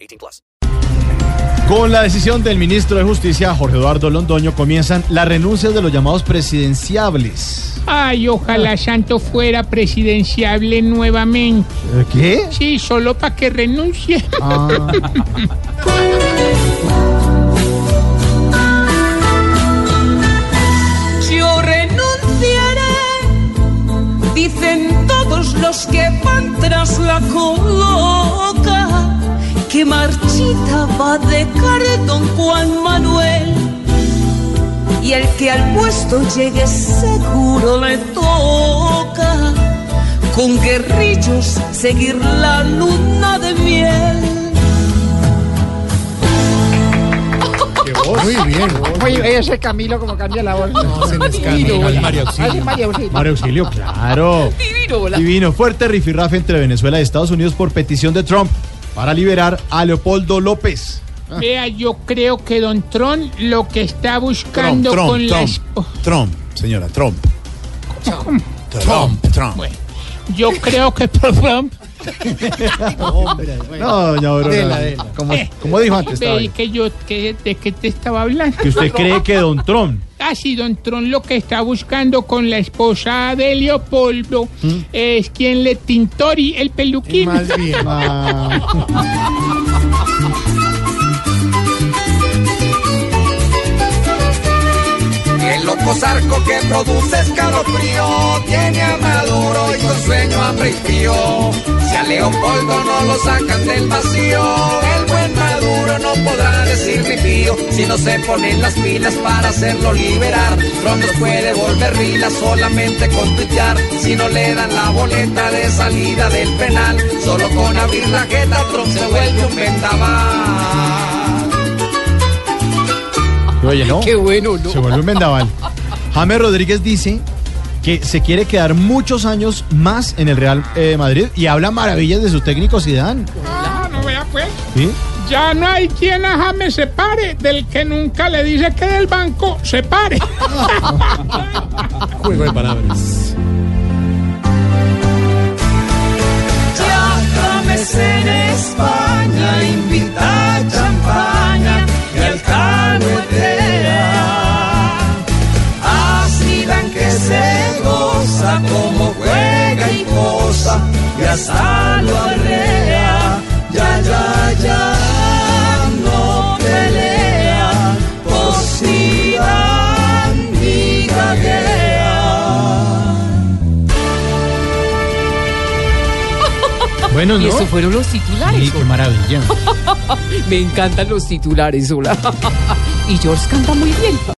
18 plus. Con la decisión del ministro de Justicia, Jorge Eduardo Londoño, comienzan las renuncias de los llamados presidenciables. Ay, ojalá Ah. Santo fuera presidenciable nuevamente. ¿Eh, ¿Qué? Sí, solo para que renuncie. Yo renunciaré, dicen todos los que van tras la coloca, que marchita va de don Juan Manuel. Y el que al puesto llegue seguro le toca, con guerrillos seguir la luna de miel. Muy bien. eh, Oye, ese Camilo como cambia la voz. No, se les Mario Ay, María Auxilio. Mario Auxilio, claro. Divino, fuerte rifirrafe entre Venezuela y Estados Unidos por petición de Trump para liberar a Leopoldo López. Vea, yo creo que Don Tron lo que está buscando con las... Trump, señora, Trump. Trump, Trump. Yo creo que perdón, No, doña Aurora, Como, como dijo antes, estaba ve, y bien. que yo que, de qué te estaba hablando. que usted cree que Don Trump Ah, sí, Don Tron lo que está buscando con la esposa de Leopoldo ¿Mm? es quien le tintori el peluquín. El loco zarco que produce escalofrío tiene a Maduro y con sueño hambre y frío. Si a Leopoldo no lo sacan del vacío, el buen Maduro no podrá decir ni pío. Si no se ponen las pilas para hacerlo liberar, Trump nos puede volver rilas solamente con tuitear. Si no le dan la boleta de salida del penal, solo con abrir la jeta Trump se vuelve un vendaval. Oye, ¿no? Qué bueno, Se volvió un vendaval. James Rodríguez dice que se quiere quedar muchos años más en el Real eh, Madrid y habla maravillas de su técnico Zidane. Ah, no vea pues. ¿Sí? Ya no hay quien a James se pare del que nunca le dice que del banco se pare. Ya James en España invita a champaña y al canuetea. Así dan que se goza como juega y posa y hasta lo arrea. Ya, ya, ya. no pelea, por si dan ni gaguea. Bueno, ¿no? Y eso fueron los titulares. Sí, qué maravilla. Me encantan los titulares, hola. y George canta muy bien.